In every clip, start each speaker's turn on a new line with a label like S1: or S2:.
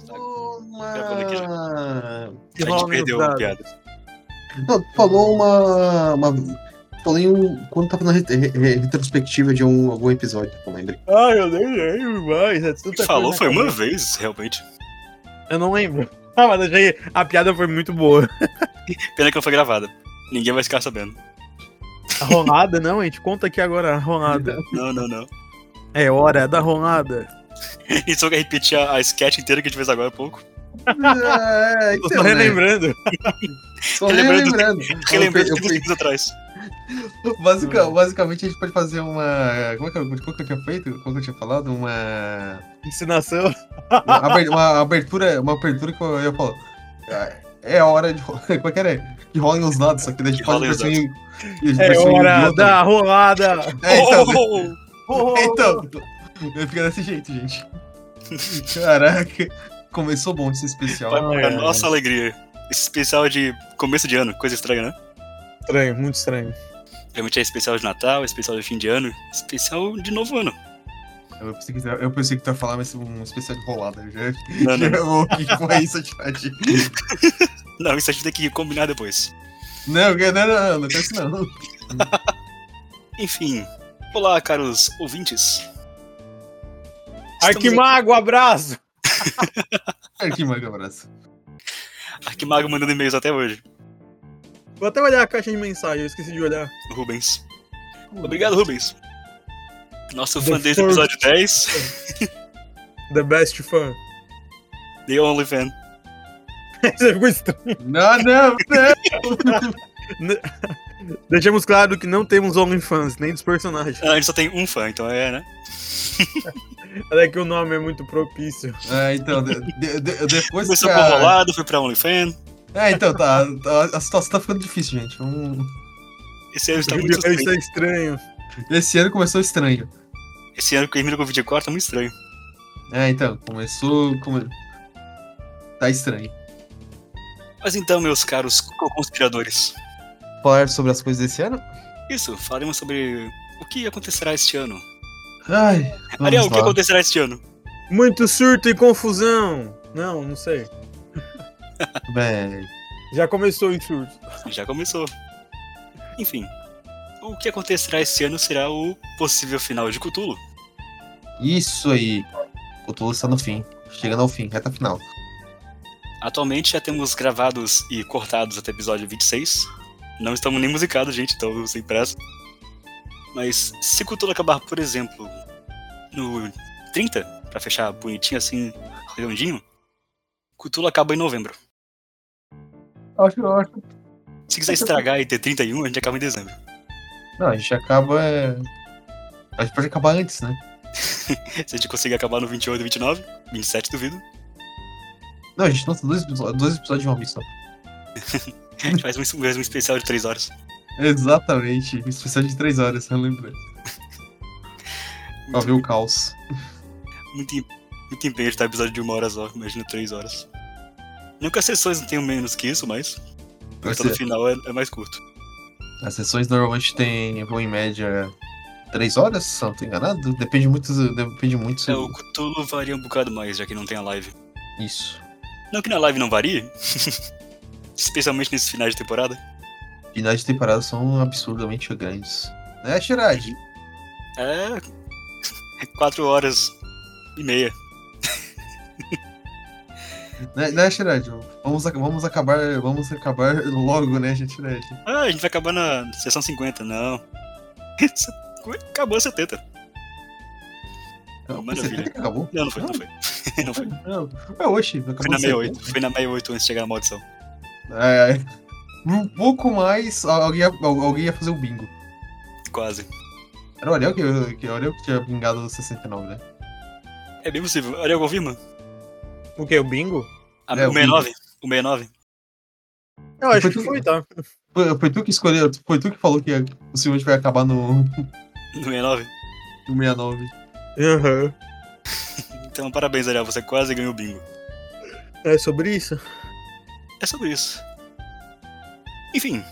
S1: falou
S2: A
S1: uma.
S2: gente perdeu um a piada.
S1: Não, tu falou uma. uma... Falou em um... quando tava na re- re- re- retrospectiva de um, algum episódio, não lembro.
S3: Ah, eu nem lembro mais. É
S1: tá
S2: Quem falou foi uma vez, realmente.
S3: Eu não lembro. Ah, mas eu achei... a piada foi muito boa.
S2: Pena que não foi gravada. Ninguém vai ficar sabendo.
S3: A rolada, não, a gente conta aqui agora a rolada.
S2: Não, não, não.
S3: É hora da rolada.
S2: E só quer repetir a, a sketch inteira que a gente fez agora há pouco.
S1: É,
S3: Eu tô
S1: né?
S3: relembrando.
S1: Só
S2: Relembrando-
S1: relembrando.
S2: Relembrando
S1: Eu
S2: de
S1: fui-
S2: duas semanas atrás.
S1: Basica- basicamente a gente pode fazer uma. Como é que eu, qual que eu tinha feito? Qual que eu tinha falado? Uma.
S3: Ensinação.
S1: Uma, aber- uma abertura. Uma abertura que eu, eu falo. "Ah, É a hora de. ro- Qual que era? Que rolem os dados, só que daí a gente
S2: Que
S1: pode
S2: rolem os
S1: perceber.
S3: É hora da rolada.
S1: É, então,
S2: Oh, oh, oh.
S1: então. Vai ficar desse jeito, gente. Caraca. Começou bom esse especial.
S2: Vai pra
S3: é.
S2: nossa alegria. Esse especial de começo de ano, coisa estranha, né?
S3: Estranho, muito estranho.
S2: Realmente é especial de Natal, especial de fim de ano, especial de novo ano.
S1: Eu pensei que tu ia- eu pensei que tu ia falar, mas um especial de rolada. Eu já.
S2: Não, não,
S1: O que foi isso, chat?
S2: não isso a gente tem que combinar depois.
S1: Não, não, não, não, não, quero isso não.
S2: Enfim, olá, caros ouvintes. Estamos
S3: Arquimago, abraço.
S1: Arquimago, um abraço.
S2: aqui- Arquimago mandando e-mails até hoje.
S3: Vou até olhar a caixa de mensagem, eu esqueci de olhar.
S2: Rubens. Obrigado, Rubens. Nosso
S3: The
S2: fã desde o
S3: first-
S2: episódio 10,
S3: The best fan.
S2: The Only Fan.
S3: Isso ficou estranho.
S1: Não, não, não.
S3: Deixamos claro que não temos OnlyFans, nem dos personagens.
S2: Ah, a gente só tem um fã, então é, né?
S3: Até que o nome é muito propício.
S1: É, então, de- de- de- depois
S2: Começou
S1: que
S2: por
S1: a-
S2: rolado, foi pra Only Fan.
S1: É, então, tá. tá, A situação tá ficando difícil, gente. Vamos-
S2: Esse ano está muito
S3: Isso
S2: estranho.
S3: é estranho.
S1: Esse ano começou estranho.
S2: Esse ano que termina com o 24 tá muito estranho.
S1: É, então, começou. Come... Tá estranho.
S2: Mas então, meus caros co-conspiradores,
S1: Falar sobre as coisas desse ano?
S2: isso, falaremos sobre o que acontecerá este ano.
S1: Ai, vamos
S2: Ariel, o que
S1: lá.
S2: acontecerá este ano?
S3: Muito surto e confusão. Não, não sei.
S1: Véi.
S3: Já começou em surto.
S2: Já começou. Enfim, o que acontecerá este ano será o possível final de Cthulhu.
S1: Isso aí. O Tolo está no fim. Chegando ao fim, reta final.
S2: Atualmente já temos gravados e cortados até episódio 26. Não estamos nem musicados, gente, então sem pressa. Mas se Cthulhu acabar, por exemplo, no 30, pra fechar bonitinho assim, redondinho, Cthulhu acaba em novembro.
S1: Acho, eu acho.
S2: Se quiser estragar e ter 31, a gente acaba em dezembro.
S1: Não, a gente acaba. é, A gente pode acabar antes, né?
S2: Se a gente conseguir acabar no 28 e 29, 27 duvido,
S1: Não, a gente lança dois, episo- dois episódios de uma vez só.
S2: a gente faz um, faz um especial de 3 horas.
S1: Exatamente. Especial de três horas, eu lembrei. Pra ver o caos.
S2: Muito, em- muito empenho de estar episódio de uma hora só, imagina 3 horas. Não que as sessões não tenham menos que isso, mas
S1: Vai
S2: todo
S1: ser-
S2: final é, é mais curto.
S1: As sessões normalmente tem, vão em média três horas, se eu não tô enganado. Depende muito. Depende muito se-
S2: É, o Cthulhu varia um bocado mais, já que não tem a live.
S1: Isso.
S2: Não que na live não varie, especialmente nesses finais de temporada.
S1: Finais de temporada são absurdamente grandes. Né, Shiraj?
S2: É. 4 É, horas e meia.
S1: Né, né Shiraj? Vamos, ac- vamos acabar. Vamos acabar logo, né, gente? Né, gente?
S2: Ah, a gente vai acabar na sessão 50, não. Acabou a 70.
S1: Não,
S2: maravilha.
S1: 70 Então, que acabou?
S2: Não, não foi, não foi. Não foi.
S1: Não. É hoje. Acabou
S2: Foi na 68.
S1: 70.
S2: Foi na 68 antes de chegar na maldição.
S1: É, é. Um pouco mais, alguém ia, al- alguém ia fazer o bingo.
S2: Quase.
S1: Era o Ariel que, que, o Ariel que tinha bingado o 69, né?
S2: É bem possível. Ariel, confirma?
S3: O que? O bingo?
S2: A,
S1: É,
S2: o
S1: o
S2: 69? O 69?
S3: Eu acho que foi, tá?
S1: Foi, foi tu que escolheu, foi tu que falou que o Silvio vai acabar no,
S2: No 69?
S1: no 69.
S3: Aham.
S2: Então, parabéns, Ariel. Você quase ganhou o bingo.
S3: É sobre isso?
S2: É sobre isso. Enfim.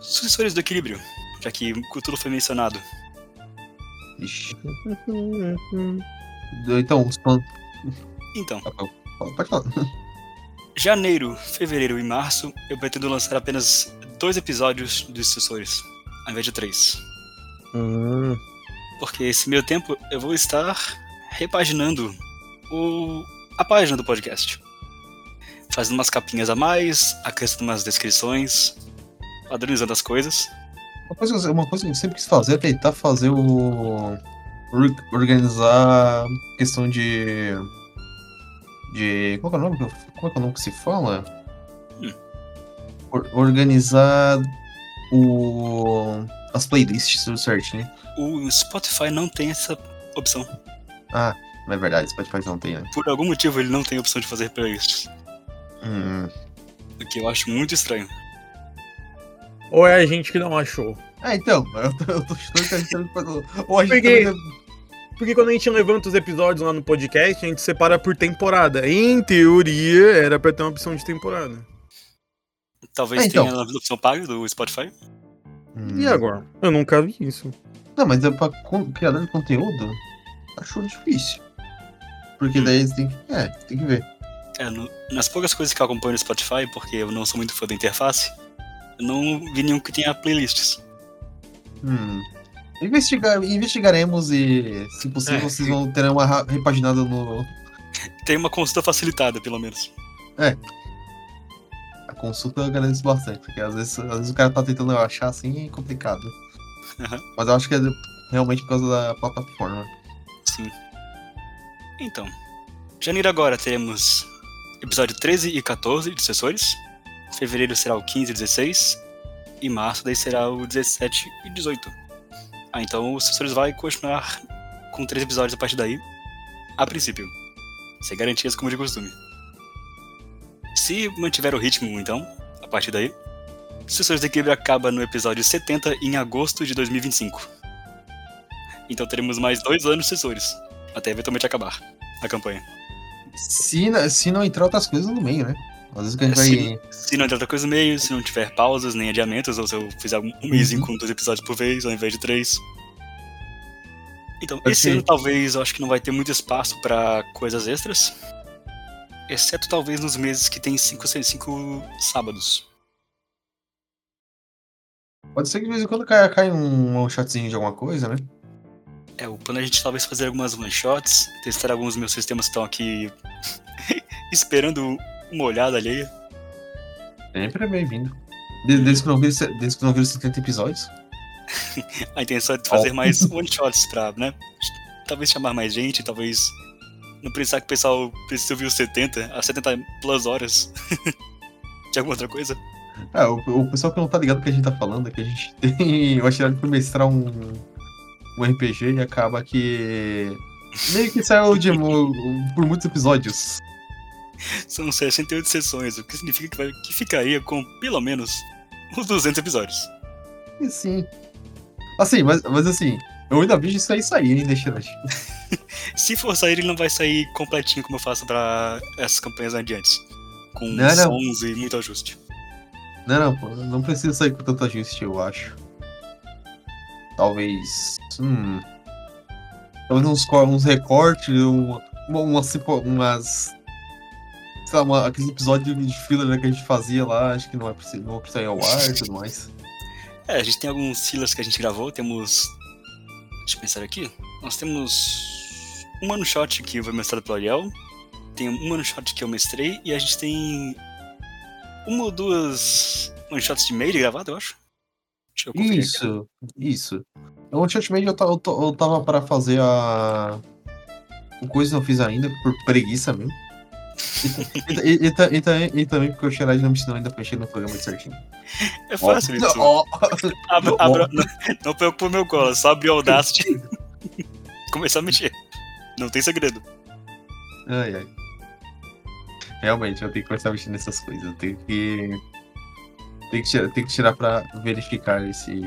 S2: Sucessores do equilíbrio. Já que Cthulhu foi mencionado.
S1: Ixi. Então, os planos.
S2: Então,
S1: Pode falar.
S2: Janeiro, fevereiro e março, eu pretendo lançar apenas dois episódios dos Sucessores, ao invés de três.
S3: Hum.
S2: Porque esse meio tempo eu vou estar repaginando o, a página do podcast. Fazendo umas capinhas a mais, acrescentando umas descrições, padronizando as coisas.
S1: Uma coisa, que eu- uma coisa que eu sempre quis fazer é tentar fazer o. or- organizar questão de. De. Qual que é o nome? que eu- Como é que é o nome que se fala?
S2: Hum.
S1: Or- organizar o. as playlists tudo certinho.
S2: O Spotify não tem essa opção.
S1: Ah, não é verdade, Spotify não tem, né?
S2: Por algum motivo ele não tem a opção de fazer playlists.
S1: Hum.
S2: O que eu acho muito estranho.
S3: Ou é a gente que não achou?
S1: Ah, então, eu tô, eu tô chutando que a gente tá também falou. Ou a gente
S3: Peguei.
S1: também-
S3: Porque quando a gente levanta os episódios lá no podcast, a gente separa por temporada. Em teoria, era pra ter uma opção de temporada.
S2: Talvez
S1: Ah, então.
S2: tenha a opção paga do Spotify.
S1: Hum.
S3: E agora? Eu nunca vi isso.
S1: Não, mas é pra con- criador de conteúdo, acho difícil. Porque
S3: Hum.
S1: daí eles têm que. É, tem que ver.
S2: É, no- nas poucas coisas que eu acompanho no Spotify, porque eu não sou muito fã da interface, eu não vi nenhum que tenha playlists.
S1: Hum. Investigar, investigaremos e, se possível,
S3: É.
S1: vocês vão ter uma ra- repaginada no.
S2: Tem uma consulta facilitada, pelo menos.
S1: A consulta eu agradeço bastante, porque às vezes, às vezes o cara tá tentando achar assim é complicado.
S2: Aham.
S1: Mas eu acho que é de- realmente por causa da plataforma.
S2: Sim. Então, janeiro agora teremos episódio 13 e 14 de Sessores. Fevereiro será o 15 e 16. E março daí será o 17 e 18. Ah, então o Sessores vai continuar com três episódios a partir daí. A princípio. Sem garantias como de costume. Se mantiver o ritmo, então, a partir daí, Sessores de Equilíbrio acaba no episódio 70 em agosto de 2025. Então teremos mais dois anos de Sessores até eventualmente acabar a campanha.
S1: Se, na- se não entrar outras coisas no meio, né? Às vezes que a gente
S2: É,
S1: vai.
S2: sim. Se não tiver outra coisa no meio, se não tiver pausas nem adiamentos, ou se eu fizer um mês
S1: Uhum.
S2: com dois episódios por vez ao invés de três. Então,
S1: Perfeito.
S2: esse ano talvez eu acho que não vai ter muito espaço pra coisas extras. Exceto talvez nos meses que tem cinco, seis, cinco sábados.
S1: Pode ser que de vez em quando caia, caia um, um shotzinho de alguma coisa, né?
S2: É, o plano é a gente talvez fazer algumas one shots, testar alguns dos meus sistemas que estão aqui esperando uma olhada alheia.
S1: Sempre é bem-vindo. De- Desde que não viram se- desde que não viram 70 episódios.
S2: A intenção é de fazer
S1: Ó.
S2: mais one-shots pra, né? Talvez chamar mais gente, talvez não pensar que o pessoal precisa ouvir os 70, as 70 plus horas de alguma outra coisa.
S1: Ah, o, o pessoal que não tá ligado do que a gente tá falando é que a gente tem uma tirada pra mestrar um, um RPG e acaba que. Meio que saiu de, mo- por muitos episódios.
S2: São 68 sessões, o que significa que, vai, que ficaria com, pelo menos, uns 200 episódios.
S1: E sim. Assim, mas, mas assim, eu ainda vejo isso aí sair, hein, Destinante?
S2: Se for sair, ele não vai sair completinho como eu faço pra essas campanhas adiantes. Com
S1: Não, não.
S2: sons e muito ajuste.
S1: Não, não, pô, não precisa sair com tanto ajuste, eu acho. Talvez. Hum. Talvez uns, co- uns recortes, um, uma, umas sequ- umas. Sei lá, uma, aquele episódio de filler né, que a gente fazia lá, acho que não é pra, se- não é pra sair ao ar e tudo mais.
S2: É, a gente tem alguns filas que a gente gravou, temos. Deixa eu pensar aqui. Nós temos um one shot que foi mestrado pelo Ariel, tem um one shot que eu mestrei, e a gente tem uma ou duas one shots de meio gravado, eu acho. Deixa eu conferir. aqui.
S1: Isso, isso. Eu, Unfortunately, eu, ta- eu, to- eu tava pra fazer a. O coisa que eu não fiz ainda, por preguiça mesmo. E, ta- e, e, ta- e, ta- e também porque o Xerad não me ensinou ainda pra mexer no programa certinho.
S2: É fácil isso.
S1: né? Ó, ó.
S2: Abra-
S1: ó.
S2: abra- não, não preocupa o meu colo, é só abrir o Audacity e começar a mexer. Não tem segredo.
S1: Ai, ai. Realmente, eu tenho que começar a mexer nessas coisas. Eu tenho que. Tem que tirar, tenho que tirar pra verificar esse.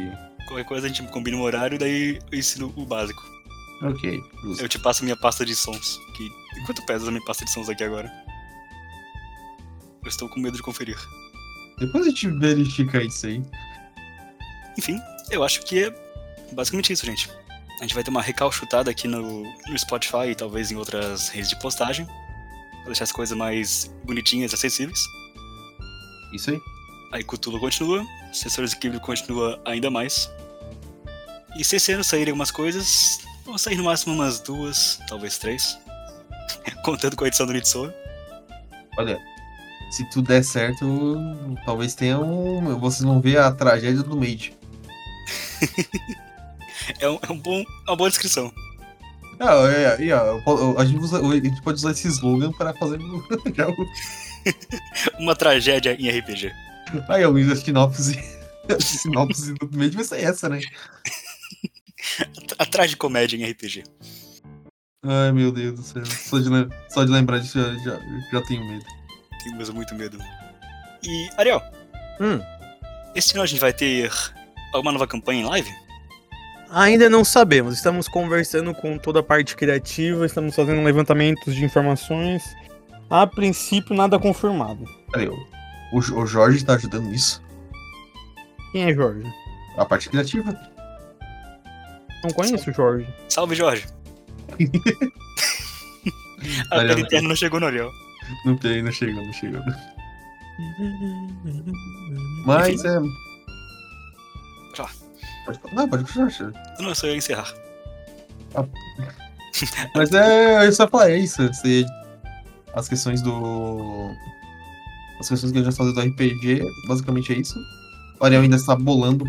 S2: Qualquer coisa a gente combina um horário e daí eu ensino o básico.
S1: Ok. justo.
S2: Eu te passo minha pasta de sons. Que... Quanto pesa a minha pasta de sons aqui agora? Eu estou com medo de conferir.
S1: Depois a gente verifica isso aí.
S2: Enfim, eu acho que é basicamente isso, gente. A gente vai ter uma recalchutada aqui no, no Spotify e talvez em outras redes de postagem. Pra deixar as coisas mais bonitinhas e acessíveis.
S1: Isso aí.
S2: Aí Cthulhu continua, Sensores de Equilíbrio continua ainda mais. E se esse ano saírem algumas coisas, vão sair no máximo umas duas, talvez três. Contando com a edição do Nitsou.
S1: Olha, se tudo der certo, talvez tenha um. Vocês vão ver a tragédia do Mage.
S2: É, um, é um bom, é uma boa descrição.
S1: Ah, é, é, é, eu po- eu- a, gente usa- a gente pode usar esse slogan para fazer já o-
S2: Uma tragédia em RPG.
S1: Aí, eu uso a sinopse. A sinopse do Mage vai ser essa, né?
S2: A tragicomédia em RPG.
S1: Ai, meu Deus do céu. Só de, lem- só de lembrar disso já, já, já tenho medo.
S2: Temos muito medo. E, Ariel,
S3: Hum.
S2: esse ano a gente vai ter alguma nova campanha em live?
S3: Ainda não sabemos. Estamos conversando com toda a parte criativa, estamos fazendo levantamentos de informações. A princípio, nada confirmado.
S1: Peraí, o, o Jo- o Jorge tá ajudando nisso?
S3: Quem é Jorge?
S1: A parte criativa?
S3: Não conheço o Jorge.
S2: Salve, Jorge! a
S1: Ariel,
S2: pele interna não chegou no Ariel.
S1: Não tem, não chegou, não chegou. Mas é.
S2: Tá.
S1: Pode falar- Não, pode continuar.
S2: Não, só eu ia encerrar.
S1: Mas é. Eu só falar é isso. se- as questões do. As questões que a gente vai fazer do RPG, basicamente é isso. O Ariel ainda está bolando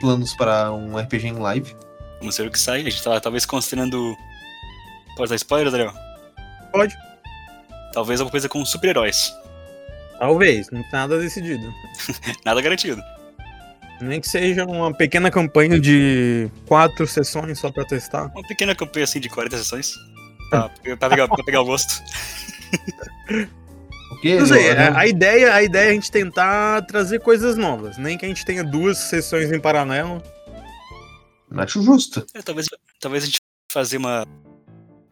S1: planos para um RPG em live.
S2: Vamos ver o que sai. A gente tá talvez considerando. Pode dar spoiler, Ariel?
S3: Pode.
S2: Talvez alguma coisa com super-heróis.
S3: Talvez, não tem nada decidido.
S2: Nada garantido.
S3: Nem que seja uma pequena campanha de quatro sessões só pra testar.
S2: Uma pequena campanha assim de 40 sessões. Pra, pra pegar, pra pegar o gosto.
S1: O quê?
S3: Não sei,
S1: O Ariel-
S3: a, a ideia, a ideia é a gente tentar trazer coisas novas. Nem que a gente tenha duas sessões em paralelo.
S1: Acho justo.
S2: É, talvez, talvez a gente fazer uma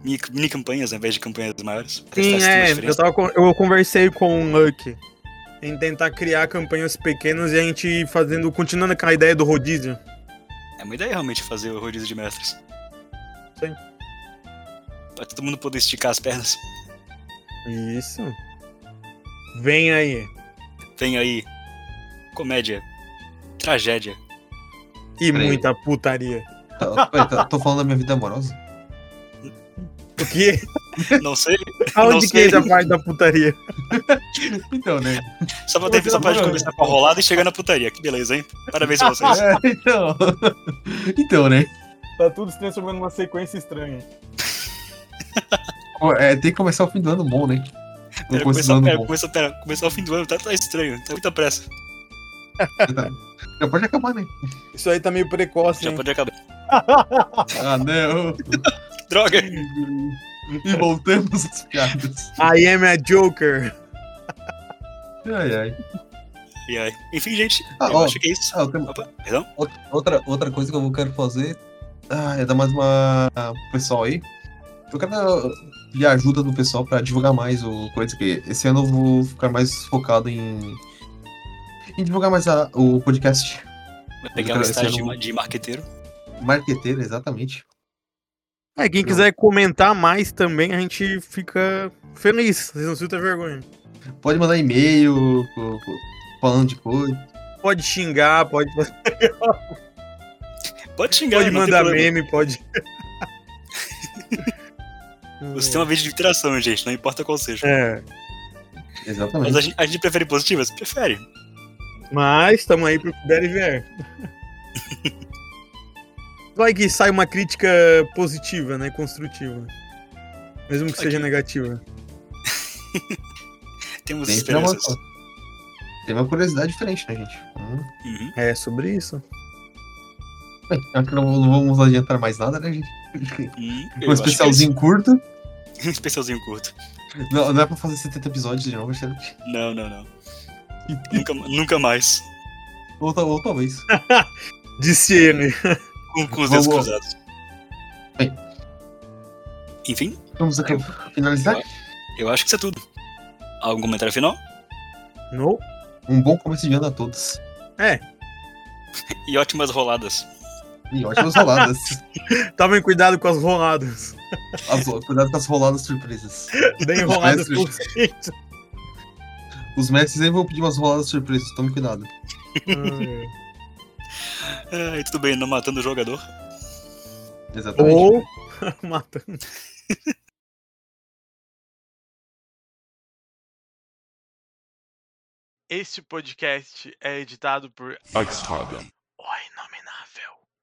S2: mini, mini campanhas né, ao invés de campanhas maiores. pra
S3: Sim,
S2: testar sistemas
S3: é, eu,
S2: diferentes.
S3: tava, con- eu conversei com o Luck em tentar criar campanhas pequenas e a gente ir fazendo, continuando com a ideia do rodízio.
S2: É uma ideia realmente fazer o rodízio de mestres.
S3: Sim.
S2: Pra todo mundo poder esticar as pernas.
S3: Isso. Vem aí.
S2: Tem aí comédia, tragédia.
S3: E
S1: Peraí.
S3: muita putaria.
S1: Tá, peraí, tá- tô falando da minha vida amorosa.
S3: O quê?
S2: Não sei, Não
S3: Aonde que
S2: sei.
S3: entra a parte da putaria?
S1: Então, né?
S2: só pra ter essa parte de começar com a rolada e chegar na putaria. Que beleza, hein? Parabéns pra vocês.
S1: É, então. então, né?
S3: Tá tudo se transformando numa sequência estranha.
S1: É, tem que começar o fim do ano bom, né?
S2: Pera,
S1: Não começo do
S2: começar,
S1: ano
S2: pera,
S1: bom.
S2: começar, pera, começar o fim do ano, tá, tá estranho, tá muita pressa.
S1: Já pode acabar, né?
S3: Isso aí tá meio precoce,
S2: Já
S3: hein?
S2: pode acabar.
S1: Ah, não.
S2: Droga!
S1: E voltamos às piadas.
S3: I am a Joker.
S1: Ai, ai.
S2: E aí? Enfim, gente,
S1: Ah,
S2: eu
S1: ó.
S2: acho que é isso.
S1: Ah, eu tenho-
S2: Opa, perdão?
S1: Out- Outra, outra coisa que eu quero fazer ah, é dar mais uma pro pessoal aí. Eu quero dar- pedir ajuda do pessoal pra divulgar mais o coisa que esse ano eu vou ficar mais focado em em divulgar mais a- o podcast
S2: Vai pegar um
S1: Cara,
S2: estágio
S1: esse
S2: de
S1: ano-
S2: ma- de marqueteiro.
S1: marqueteiro, exatamente.
S3: É, quem quiser comentar mais também, a gente fica feliz. Vocês não sintam vergonha.
S1: Pode mandar e-mail co- co- falando de coisa.
S3: Pode xingar, pode,
S2: Pode xingar,
S3: pode
S2: não tem
S3: mandar
S2: problema.
S3: meme, pode.
S2: Você é um tem uma vez de interação, gente, não importa qual seja.
S3: É,
S1: Exatamente.
S2: Mas a gente, a gente prefere positivas? Prefere.
S3: mas estamos aí pro que der e vier. Vai que sai uma crítica positiva, né? Construtiva. Mesmo que
S2: Aqui.
S3: seja negativa.
S2: Temos
S1: Sempre é uma
S2: experiências.
S1: coisa. Tem uma curiosidade diferente, né, gente? Hum.
S2: Uhum.
S3: É sobre isso.
S1: Bem, acho É que não, não vamos adiantar mais nada, né, gente?
S2: Hum, eu
S1: Um
S2: acho que é
S1: especialzinho curto.
S2: isso. um especialzinho curto.
S1: Não, não é pra fazer 70 episódios de novo, achando que.
S2: Não, não, não. nunca, nunca mais.
S1: Ou, tal- ou talvez.
S3: Disse ele.
S2: Com, com os dedos
S1: Vamos-
S2: cruzados.
S1: Bem.
S2: Enfim,
S1: Vamos aqui finalizar.
S2: eu acho que isso é tudo. Algum comentário final?
S3: Não.
S1: Um bom começo de ano a todos.
S2: E ótimas roladas.
S1: E ótimas roladas.
S3: Tomem cuidado com as roladas.
S1: As, cuidado com as roladas surpresas.
S3: Deem roladas
S1: mestres.
S3: por jeito.
S1: Os mestres nem vão pedir umas roladas surpresas, tome cuidado.
S2: É, e tudo bem, não matando o jogador.
S1: Exatamente.
S3: Ou mata.
S4: Este podcast é editado por
S5: Extravia.